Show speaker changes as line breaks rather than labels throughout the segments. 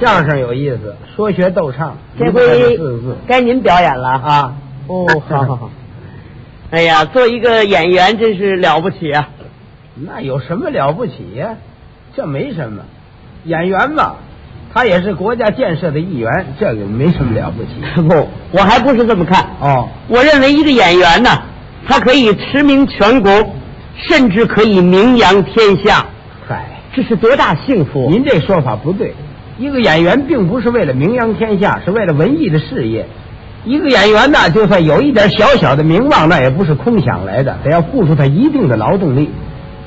相声有意思，说学逗唱，
这
离不
回
开四个字
该您表演了啊！
啊。
哦， 好好好。哎呀，做一个演员真是了不起啊！
那有什么了不起呀、这没什么，演员嘛，他也是国家建设的一员，这个没什么了 不起。
不，我还不是这么看。
哦，
我认为一个演员呢，他可以驰名全国，甚至可以名扬天下，
嗨，
这是多大幸福！啊
您这说法不对。一个演员并不是为了名扬天下，是为了文艺的事业。一个演员呢，就算有一点小小的名望，那也不是空想来的，得要付出他一定的劳动力。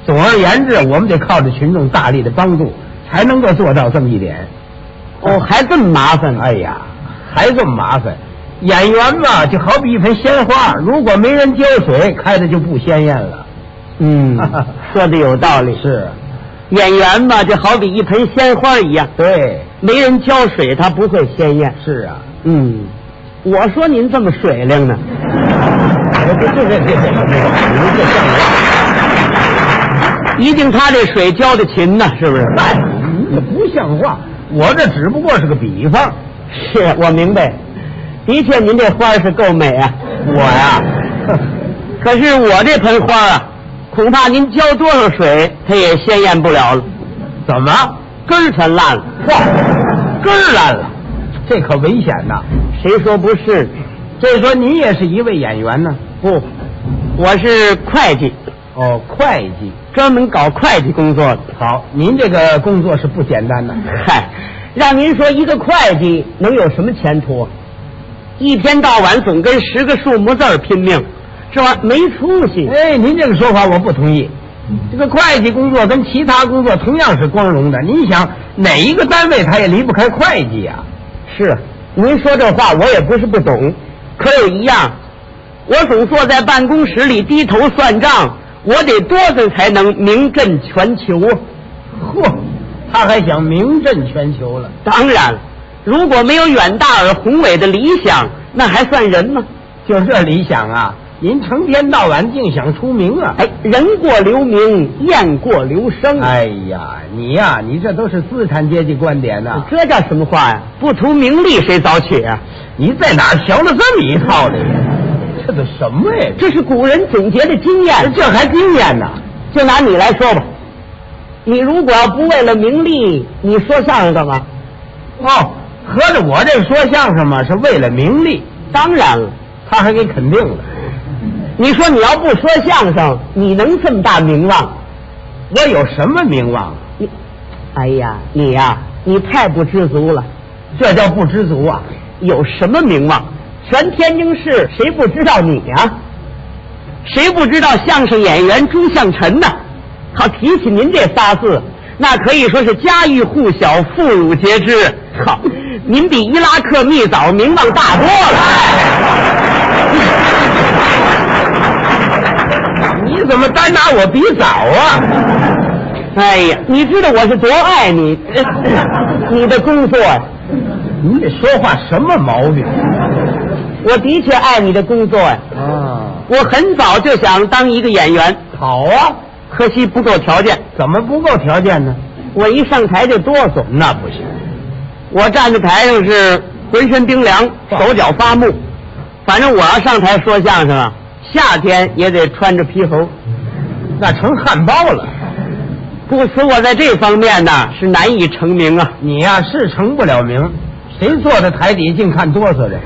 总而言之，我们得靠着群众大力的帮助，才能够做到这么一点。
哦，还这么麻烦呢
嗯哎呀，还这么麻烦。演员嘛，就好比一盆鲜花，如果没人浇水，开的就不鲜艳了。
嗯 说的有道理。
是，
演员吧，就好比一盆鲜花一样，
对，
没人浇水，它不会鲜艳。
是啊。
嗯，我说您这么水灵呢，
我不是这这这这您这像话，
一定他这水浇的勤呢，是不是？
哎，你不像话。我这只不过是个比方。
是 我明白，的确您这花是够美啊。
我呀，
可是我这盆花啊，恐怕您浇多少水，它也鲜艳不了了，
怎么？
根儿全烂了。
嚯，根儿烂了，这可危险呐！
谁说不是？
所以说，您也是一位演员呢？
不，我是会计，
哦，会计。
专门搞会计工作的。
好，您这个工作是不简单的。
嗨，让您说一个会计能有什么前途啊？一天到晚总跟十个数目字儿拼命，这玩意儿没出息。
哎，您这个说法我不同意。这个会计工作跟其他工作同样是光荣的，您想哪一个单位它也离不开会计呀、
是，您说这话我也不是不懂，可有一样，我总坐在办公室里低头算账，我得多着才能名震全球啊！
嚯，他还想名震全球了。
当然了，如果没有远大而宏伟的理想，那还算人吗？
就这理想啊，您成天到晚净想出名啊！
哎，人过留名，雁过留声。
哎呀，你呀、你这都是资产阶级观点呐、
这叫什么话呀、不图名利，谁早起啊？
你在哪儿学了这么一套的呀？这都什么呀？
这是古人总结的经验，
这还经验呢？
就拿你来说吧，你如果要不为了名利，你说相声干嘛？
哦，合着我这说相声嘛，是为了名利，
当然了，
他还给肯定了。
你说你要不说相声，你能这么大名望？
我有什么名望啊？
你，哎呀，你呀、你太不知足了。
这叫不知足啊！
有什么名望？全天津市谁不知道你啊？谁不知道相声演员朱向臣呢、好，提起您这仨字，那可以说是家喻户晓、妇孺皆知。好，您比伊拉克密枣名望大多了。
你怎么单拿我比早啊？
哎呀，你知道我是多爱你，你的工作呀、
您这说话什么毛病
我的确爱你的工作呀、
啊？
我很早就想当一个演员，
好啊，
可惜不够条件。
怎么不够条件呢？
我一上台就哆嗦，
那不行，
我站在台上是浑身冰凉，手脚发木。反正我要上台说相声啊，夏天也得穿着皮猴。
那成汉堡了。
故此，我在这方面呢是难以成名啊。
你呀、是成不了名，谁坐在台底净看哆嗦的？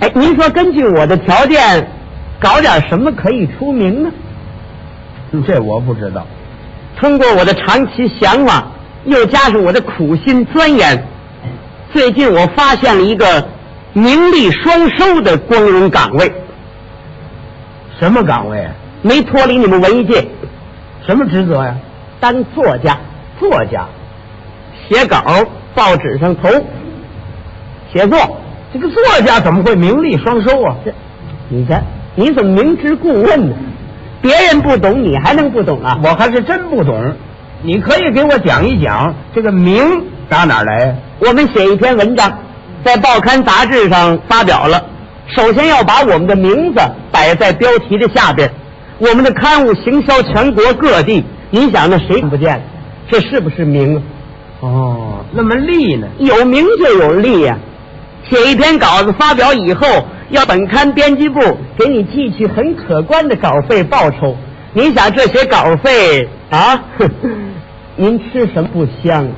哎，您说根据我的条件，搞点什么可以出名呢？
这我不知道。
通过我的长期向往，又加上我的苦心钻研，最近我发现了一个名利双收的光荣岗位，
什么岗位啊？
没脱离你们文艺界，
什么职责呀、
当作家，
作家。
写稿，报纸上投，写作。
这个作家怎么会名利双收啊？
这，你看，你怎么明知故问呢？别人不懂，你还能不懂啊？
我还是真不懂。你可以给我讲一讲这个名打哪儿来啊呀、
我们写一篇文章，在报刊杂志上发表了。首先要把我们的名字摆在标题的下边，我们的刊物行销全国各地。您想那谁看不见？这是不是名啊？
哦，那么利呢？
有名就有利呀、写一篇稿子发表以后，要本刊编辑部给你寄去很可观的稿费报酬。您想这些稿费啊， 您吃什么不香？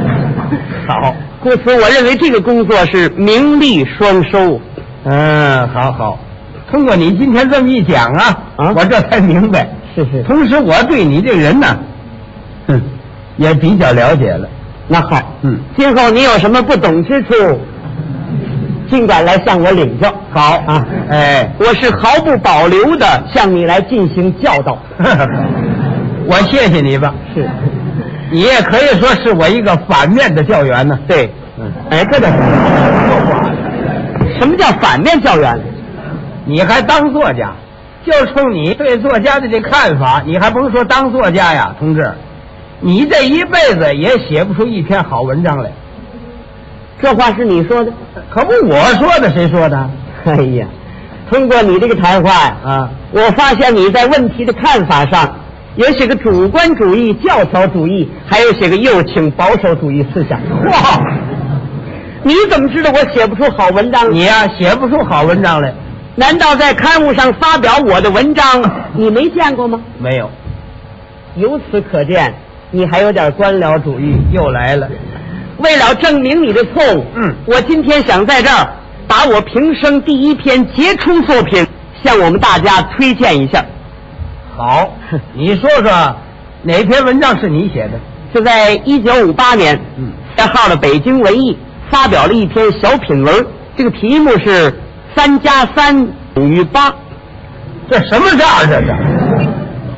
好，
故此，我认为这个工作是名利双收。
嗯，好好。通过你今天这么一讲啊，
啊
我这才明白。
是是
同时，我对你这人呢，哼，也比较了解了。
那好，
嗯，
今后你有什么不懂之处，尽管来向我领教。
好
啊
哎，
我是毫不保留的向你来进行教导。
我谢谢你吧。
是，
你也可以说是我一个反面的教员呢。
对，
嗯，
哎，这倒是。什么叫反面教员？
你还当作家，就冲你对作家的这看法，你还甭说当作家呀，同志，你这一辈子也写不出一篇好文章来。
这话是你说的？
可不，我说的，谁说的？
哎呀，通过你这个谈话呀，
啊，
我发现你在问题的看法上，有写个主观主义、教条主义，还有写个右倾保守主义思想。哇，你怎么知道我写不出好文章？
你呀、写不出好文章来，
难道在刊物上发表我的文章，你没见过吗？
没有。
由此可见，你还有点官僚主义。
又来了，
为了证明你的错误，
嗯
我今天想在这儿把我平生第一篇杰出作品向我们大家推荐一下。
好，你说说哪篇文章是你写的？
就在一九五八年，
嗯，
在号的《北京文艺》发表了一篇小品文，这个题目是“三加三等于八
这什么账？这是？”，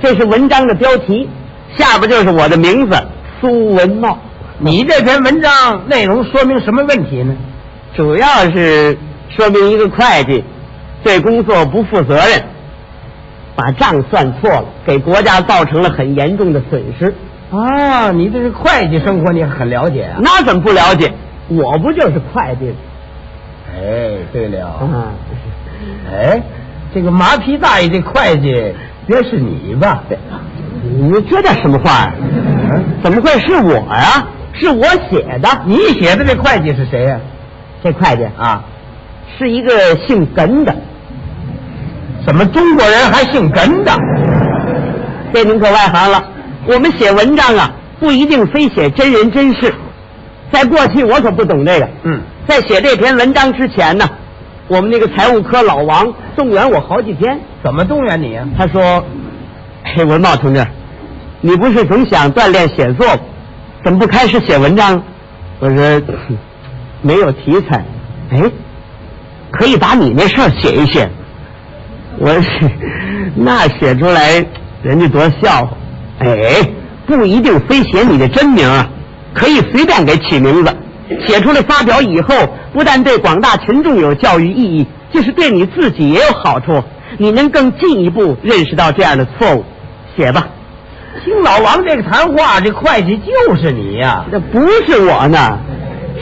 这是文章的标题，下边就是我的名字苏文茂，
你这篇文章内容说明什么问题呢？
主要是说明一个会计对工作不负责任，把账算错了，给国家造成了很严重的损失。
啊，你这是会计生活，你很了解啊。
那怎么不了解？我不就是会计吗？
哎，对了，
啊，
哎，这个麻皮大爷这会计别是你吧？对，
你这叫什么话呀、
嗯，
怎么会是我呀、是我写的。
你写的这会计是谁呀、
这会计
啊？
是一个姓耿的，
怎么中国人还姓耿的？
这您可外行了。我们写文章啊，不一定非写真人真事。在过去我可不懂这个。
嗯，
在写这篇文章之前呢，我们那个财务科老王动员我好几天。
怎么动员你啊呀、
他说：“嘿，文茂同志，你不是总想锻炼写作吗，怎么不开始写文章？”我说：“没有题材。”哎，可以把你那事儿写一写。我是那写出来，人家多笑话。哎，不一定非写你的真名啊，可以随便给起名字。写出来发表以后，不但对广大群众有教育意义，就是对你自己也有好处。你能更进一步认识到这样的错误。写吧，
听老王这个谈话，这会计就是你呀、
这不是我呢，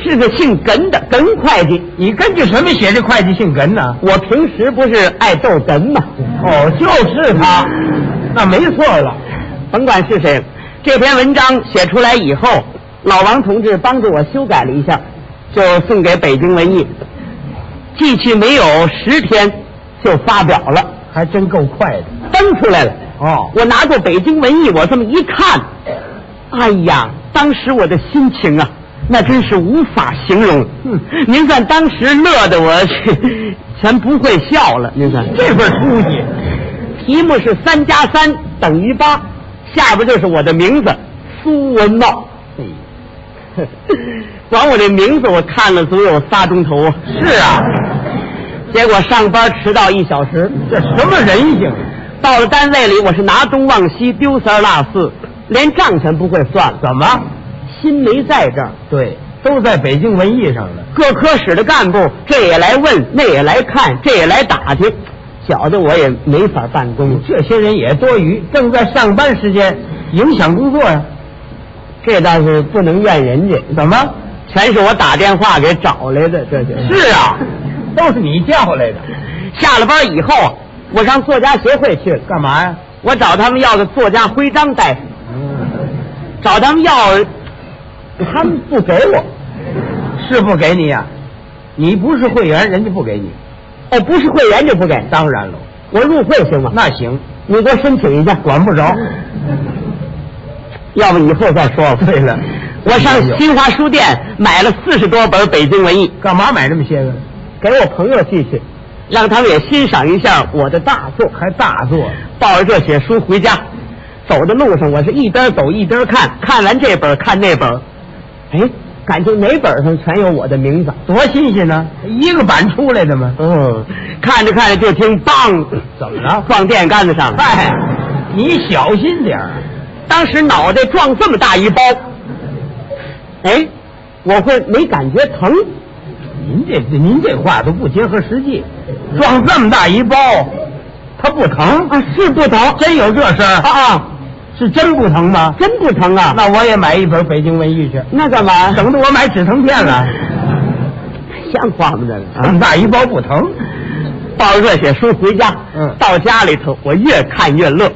是个姓耿的耿会计。
你根据什么写这会计姓耿呢？
我平时不是爱逗哏吗？
哦，就是他，那没错了。
甭管是谁，这篇文章写出来以后，老王同志帮助我修改了一下，就送给北京文艺，寄去没有十天就发表了，
还真够快的。
登出来了。
哦，
我拿过北京文艺，我这么一看，哎呀，当时我的心情啊，那真是无法形容。
嗯
您算当时乐的我 全不会笑了，您看。
这份出息，
题目是三加三等于八，下边就是我的名字苏文茂。
嘿
光我这名字我看了足有仨钟头啊！
是啊，
结果上班迟到一小时，
这什么人性？
啊到了单位里我是拿东忘西，丢三落四，连账全不会算了，
怎么？
心没在这儿。
对，都在北京文艺上了。
各科室的干部这也来问，那也来看，这也来打听，搅得我也没法办公了。
这些人也多余，正在上班时间，影响工作呀、
这倒是不能怨人家，
怎么？
全是我打电话给找来的，这就是。
是啊，都是你叫来的，
下了班以后，我上作家协会去了，
干嘛呀？
我找他们要个作家徽章戴，
嗯，
找他们要
他们不给我，是不给你呀、你不是会员，人家不给你。
哦，不是会员就不给，
当然了，
我入会行吗？
那行，
你给我申请一下，
管不着。
要不以后再说吧。
对了
我上新华书店买了四十多本北京文艺，
干嘛买这么些个？
给我朋友寄去，让他们也欣赏一下我的大作。
还大作，
抱着这些书回家，走的路上我是一边走一边看，看完这本看那本，哎，感情每本上全有我的名字。
多新鲜呢！一个版出来的吗？
嗯，看着看着就听梆，
怎么了
撞电杆子上了。
嗨，你小心点儿。
当时脑袋撞这么大一包，哎，我会没感觉疼，
您这您这话都不结合实际，装这么大一包，它不疼
啊
是不疼，真有这事儿
啊啊，
是真不疼吗？
真不疼啊。
那我也买一本《北京文艺》去，
那干嘛？
省得我买止疼片了。
像话吗？这个
这么大一包不疼，
抱着热血书回家，
嗯
到家里头我越看越乐，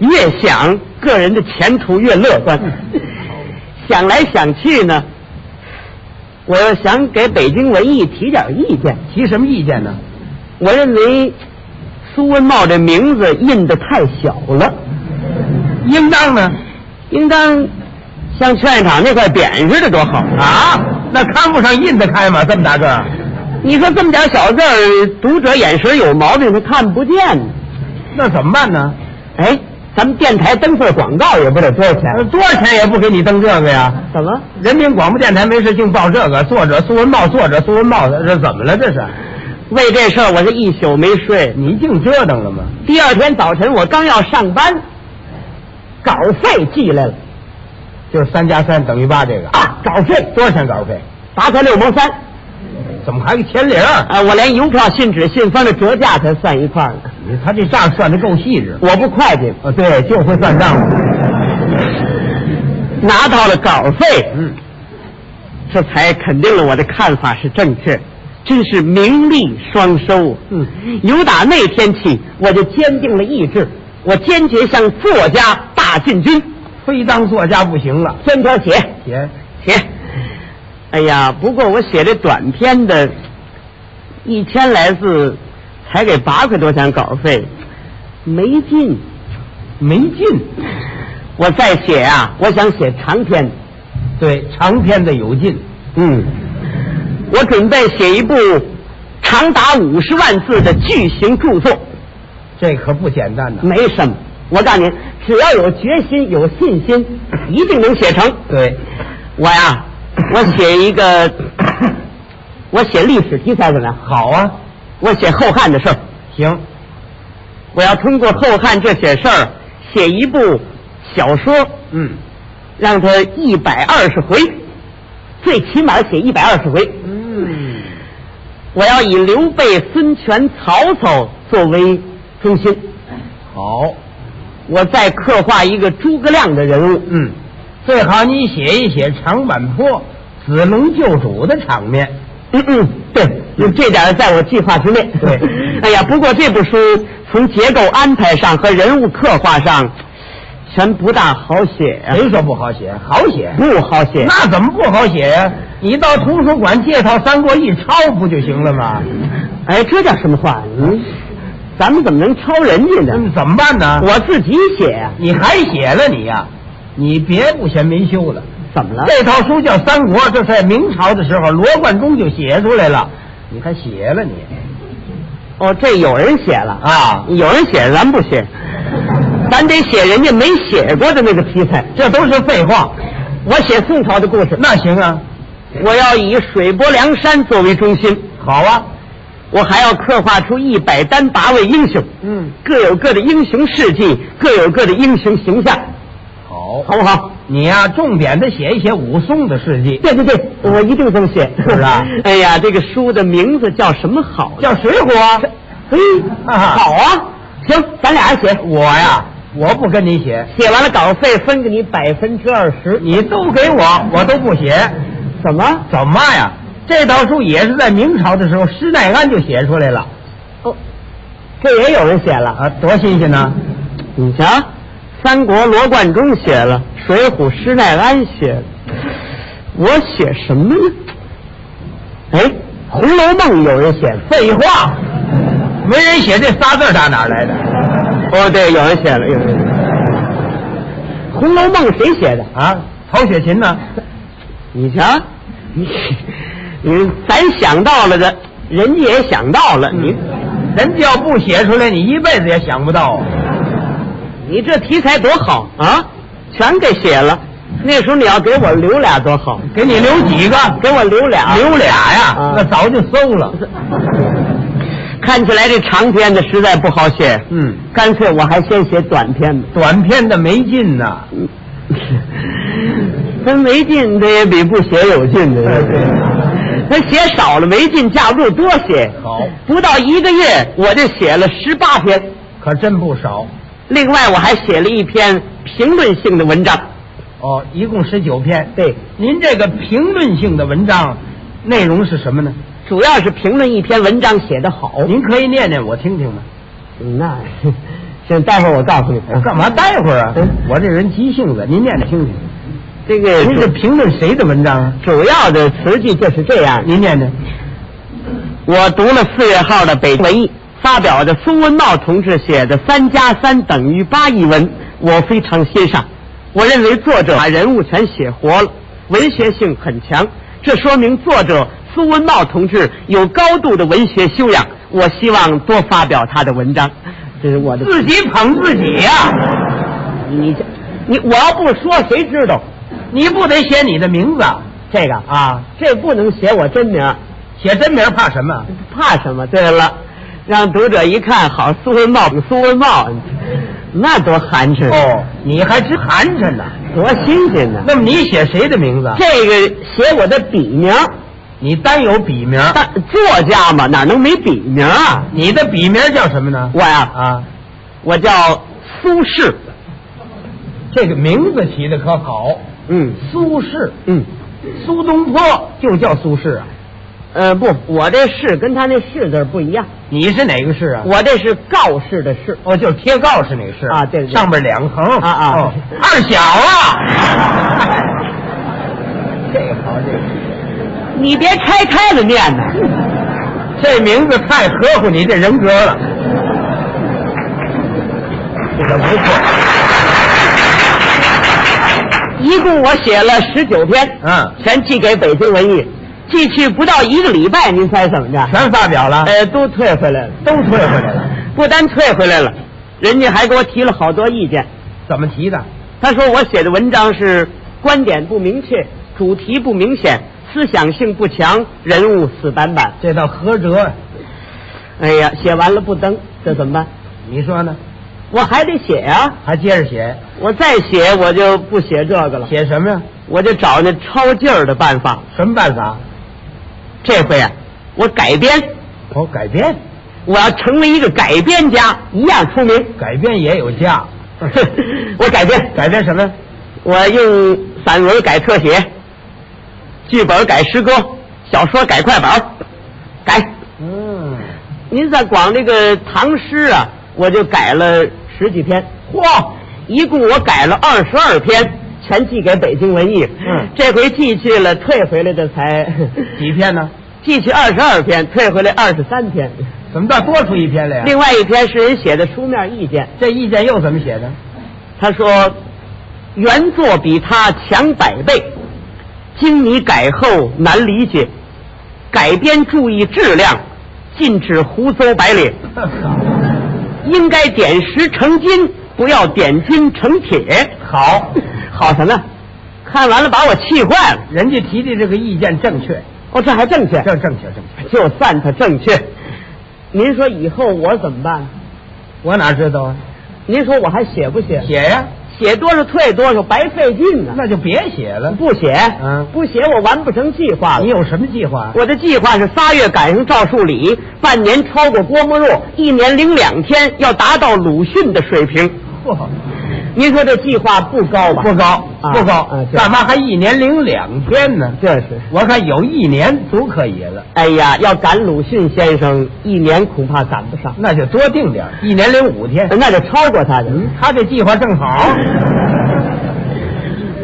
越想个人的前途越乐观。
嗯
想来想去呢，我又想给北京文艺提点意见。
提什么意见呢？
我认为苏文茂这名字印的太小了，
应当呢？
应当像劝业场那块匾似的多好！
啊，那刊物上印得开吗？这么大个儿，
你说这么点小字儿，读者眼神有毛病，他看不见。
那怎么办呢？
哎，咱们电台登份广告也不得多少
呃
钱？
多少钱也不给你登这个呀！
怎么？
人民广播电台没事净报这个，作者苏文茂，作者苏文茂，这怎么了？这是
为这事儿我是一宿没睡。
你净折腾了吗？
第二天早晨我刚要上班，稿费寄来了
就是三加三等于八这个，
啊，稿费
多少钱稿费？
八块六毛三。
怎么还有钱零儿？
啊，我连邮票、信纸、信封的折价才算一块儿呢。
你他这账算的够细致。
我不会计，
啊，对，就会算账。
拿到了稿费，
嗯，
这才肯定了我的看法是正确，真是名利双收。
嗯，
由打那天起，我就坚定了意志，我坚决向作家大进军。
非当作家不行了。
专篇写
写
写，哎呀，不过我写这短篇的，一千来字，才给八块多钱稿费，没劲。
没劲，
我再写啊，我想写长篇。
对，长篇的有劲。
嗯，我准备写一部长达五十万字的巨型著作。
这可不简单呐、
没什么，我告诉你，只要有决心、有信心，一定能写成。
对，
我呀，我写一个， 我写历史题材怎么样？
好啊，
我写后汉的事儿，
行，
我要通过后汉这些事儿写一部小说，
嗯
让它一百二十回，最起码写一百二十回。
嗯，
我要以刘备、孙权、曹操作为中心，
好，
我再刻画一个诸葛亮的人物。
嗯，最好你写一写长坂坡子龙救主的场面。
嗯嗯，对，有这点儿在我计划之内。
对
哎呀，不过这部书从结构安排上和人物刻画上，全不大好写哎呀、
谁说不好写？好写。
不好写。
那怎么不好写呀、你到图书馆借套《三国》一抄不就行了吗？
哎，这叫什么话？嗯，咱们怎么能抄人家呢？
嗯，怎么办呢？
我自己写呀，
你还写了你呀、你别不嫌没羞了。
怎么了？
这套书叫《三国》，这是在明朝的时候罗贯中就写出来了。你还写了你
哦，这有人写了啊，
啊？
有人写，咱不写，咱得写人家没写过的那个题材。
这都是废话。
我写宋朝的故事，
那行啊，
我要以水泊梁山作为中心，
好啊，
我还要刻画出一百单八位英雄，
嗯，
各有各的英雄事迹，各有各的英雄形象，
好
好不好？
你呀、重点的写一写武松的事迹，
对对对，我一定这么写，
是不是啊
哎呀，这个书的名字叫什么好呢？
叫《水浒》啊。
嘿，好啊，行，咱俩写。
我呀，我不跟你写，
写完了稿费分给你百分之二十，
你都给我，我都不写。
怎么？
怎么呀？这套书也是在明朝的时候，施耐庵就写出来了
哦，这也有人写了。
啊，多新鲜呢！
你瞧，三国罗贯中写了，《水浒》施耐庵写了，我写什么呢？哎，《红楼梦》有人写的，
废话，没人写这仨字儿打哪儿来的？
哦，对，有人写了，有人写了。《红楼梦》谁写的？
啊，曹雪芹呢？
你瞧，你你咱想到了的，人家也想到了，
嗯
你
人家要不写出来，你一辈子也想不到啊。
你这题材多好啊，全给写了。那时候你要给我留俩多好，
给你留几个？
给我留俩，
留俩呀，
啊
那早就馊了。
看起来这长篇的实在不好写，
嗯，
干脆我还先写短篇的，
短篇的没劲呐。
他没劲，他也比不写有 劲的。他写少了没劲，架不住多写。
好
不到一个月我就写了十八篇，
可真不少
另外我还写了一篇评论性的文章。
哦，一共十九 篇。
对，
您这个评论性的文章内容是什么呢？
主要是评论一篇文章写得好。
您可以念念我听听吗？
嗯那， 行，待会儿我告诉你
我干嘛待会儿啊
嗯？
我这人急性子，您念着听听。
这个
您是
主
评论谁的文章啊？
主要的词句就是这样。
您念念。
我读了四月号的《北京文艺》，发表的苏文茂同志写的《三加三等于八》一文，我非常欣赏。我认为作者把人物全写活了，文学性很强，这说明作者苏文茂同志有高度的文学修养。我希望多发表他的文章，这是我的。
自己捧自己呀、
你这你我要不说谁知道？
你不得写你的名字啊
这个啊，
啊？
这不能写我真名儿，啊
写真名怕什么？
怕什么？对了，让读者一看，好，苏文茂，苏文茂，那多寒碜，啊
哦，你还知寒碜呢。
多新鲜呢！
那么你写谁的名字？
嗯这个写我的笔名，
你单有笔名，
但作家嘛，哪能没笔名啊？
你的笔名叫什么呢？
我呀、
啊，
我叫苏轼，
这个名字起的可好，
嗯
苏轼，
嗯，
苏东坡就叫苏轼啊。
呃，不，我这轼跟他那轼字儿不一样，
你是哪个轼啊？
我这是告示的示，
哦，就是贴告示那个轼
啊对对
上边两横
啊啊
哦二小啊。 这个好，这个。
你别拆开了念呢。
这名字太合乎你这人格了，这个不错。
一共我写了十九篇，
嗯，
全寄给北京文艺，寄去不到一个礼拜，您猜怎么着？
全发表了，
呃，都退回来了，
哎都退回来了。
不单退回来了，人家还给我提了好多意见。
怎么提的？
他说我写的文章是观点不明确，主题不明显，思想性不强，人物死板板。
这倒合辙啊呀，
哎呀，写完了不登，这怎么办？
你说呢？
我还得写啊！
还接着写，
我再写我就不写这个了，
写什么呀？
我就找那抄劲儿的办法。
什么办法？
这回啊，我改编，
哦，改编，
我要成为一个改编家，一样出名。
改编也有价。嗯
我改编，
改编什么呀？
我用散文改特写，剧本改诗歌，小说改快板儿，改。
嗯，
您在广这个唐诗啊，我就改了十几篇，嚯，一共我改了二十二篇，全寄给北京文艺。
嗯
这回寄去了，退回来的才
几篇呢？
寄去二十二篇，退回来二十三篇。
怎么倒多出一篇来哎呀？
另外一篇是人写的书面意见，
这意见又怎么写 的？
他说原作比他强百倍，经你改后难理解，改编注意质量，禁止胡诌白咧，应该点石成金，不要点金成铁。
好，
好什么？看完了把我气坏了。
人家提的这个意见正确，
哦，这还正确，
这正确正确。
就算他正确。您说以后我怎么办？
我哪知道啊？
您说我还写不写？
写呀、
写多少退多少，白费劲呢、
那就别写了。
不写，
嗯
不写我完不成计划了
你。有什么计划？
我的计划是仨月赶上赵树理，半年超过郭沫若，一年零两天要达到鲁迅的水平。
不
您说这计划不高吧？
不高，
啊
不高
啊，对
干嘛还一年零两天呢？
这是。
我看有一年足可以了，
哎呀，要赶鲁迅先生，一年恐怕赶不上，
那就多定点儿，一年 零五天。嗯
那就超过他的。
啊他这计划正好，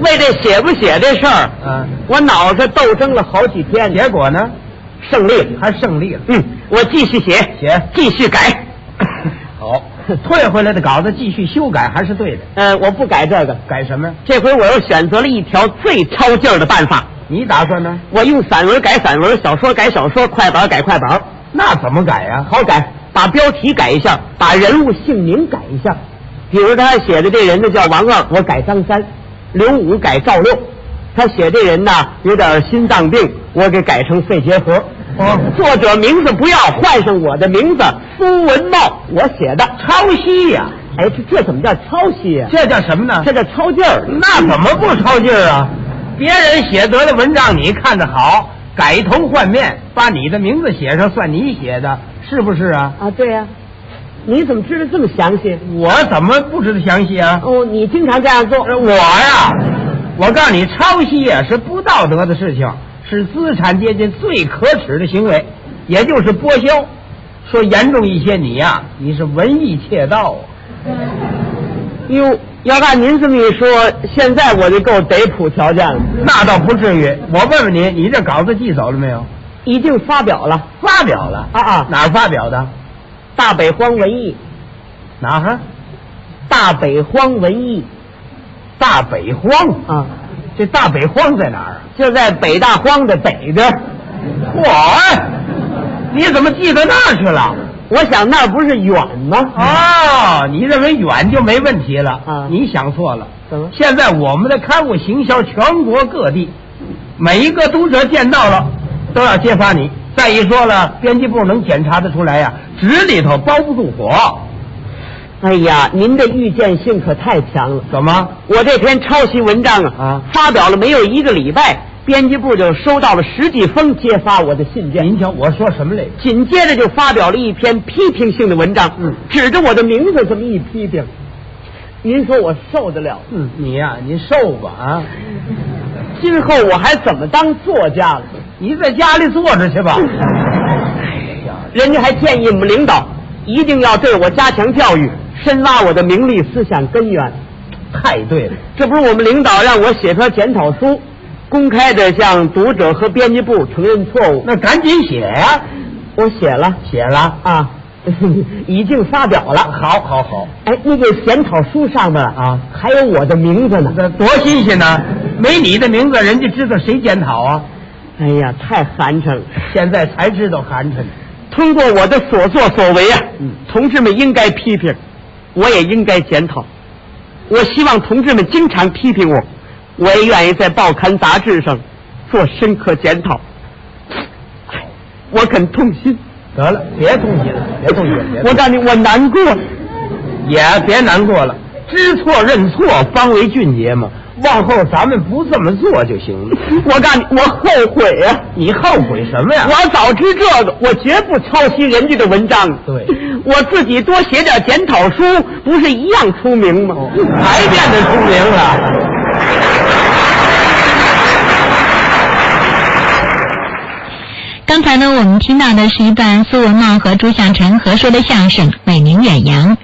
为这写不写这事儿，
啊，
我脑子斗争了好几天，
结果呢，
胜利了。
还胜利了。
嗯，我继续写，
写
继续改。
好，退回来的稿子继续修改还是对的，
呃，我不改这个，
改什么呀？
这回我又选择了一条最超劲儿的办法。
你打算 呢？
我用散文改散文，小说改小说，快板改快板，
那怎么改呀、
好改。把标题改一下，把人物姓名改一下。比如他写的这人呢叫王二，我改张三；刘五改赵六。他写这人呢有点心脏病，我给改成肺结核。
哦
作者名字不要，换上我的名字苏文茂，我写的抄袭呀、哎，这这怎么叫抄袭呀、
这叫什么呢
这？叫抄劲儿。
啊那怎么不抄劲儿啊？别人写得的文章你看着好，改头换面，把你的名字写上，算你写的，是不是啊？
啊，对呀、你怎么知道这么详细？
我怎么不知道详细啊？
哦，你经常这样做。
呃我呀，我告诉你，抄袭呀是不道德的事情，是资产阶级最可耻的行为，也就是剥削。说严重一些，你呀、你是文艺窃盗啊！
哟，要按您这么一说，现在我就够得谱条件了，
那倒不至于。我问问你，你这稿子寄走了没有？
已经发表了
发表了
啊啊！
哪儿发表的？
大北荒文艺，
哪儿啊？
大北荒文艺
大北荒。
啊，
这大北荒在哪儿啊？
就在北大荒的北边。
嚯！你怎么寄到那儿去了？
我想那儿不是远吗？，
哦，你认为远就没问题了？
啊
你想错了。
怎么？
现在我们的刊物行销全国各地，每一个读者见到了都要揭发你。再一说了，编辑部能检查得出来呀、纸里头包不住火。
哎呀，您的预见性可太强了。
怎么？
我这篇抄袭文章啊，
啊
发表了没有一个礼拜，编辑部就收到了十几封揭发我的信件。
您瞧我说什么来着？
紧接着就发表了一篇批评性的文章，
嗯
指着我的名字这么一批评，您说我受得了？
嗯，你呀、你受吧啊！
今后我还怎么当作家了？
你在家里坐着去 吧。
人家还建议我们领导一定要对我加强教育，深挖我的名利思想根源。
太对了，
这不是我们领导让我写篇检讨书，公开的向读者和编辑部承认错误。
那赶紧写呀、
我写了
写了，
啊， 已经发表了。
好，好，好，
哎，那个检讨书上面
啊
还有我的名字呢。
这多新鲜呢！没你的名字，人家知道谁检讨啊？
哎呀，太寒碜了！
现在才知道寒碜呢。
通过我的所作所为啊，
嗯
同志们应该批评，我也应该检讨。我希望同志们经常批评我，我也愿意在报刊杂志上做深刻检讨。哎我很痛心，
得了，别动心了，别动心 了，别动心
我
了
告诉你，我难过。
也别难过了，知错认错方为俊杰嘛。往后咱们不这么做就行 了。
我告诉你，我后悔啊！
你后悔什么呀
我？要早知这个，我绝不抄袭人家的文章。
对，
我自己多写点检讨书，不是一样出名吗？
还变得出名了。
刚才呢，我们听到的是一段苏文茂和朱向臣合说的相声《为您远扬》。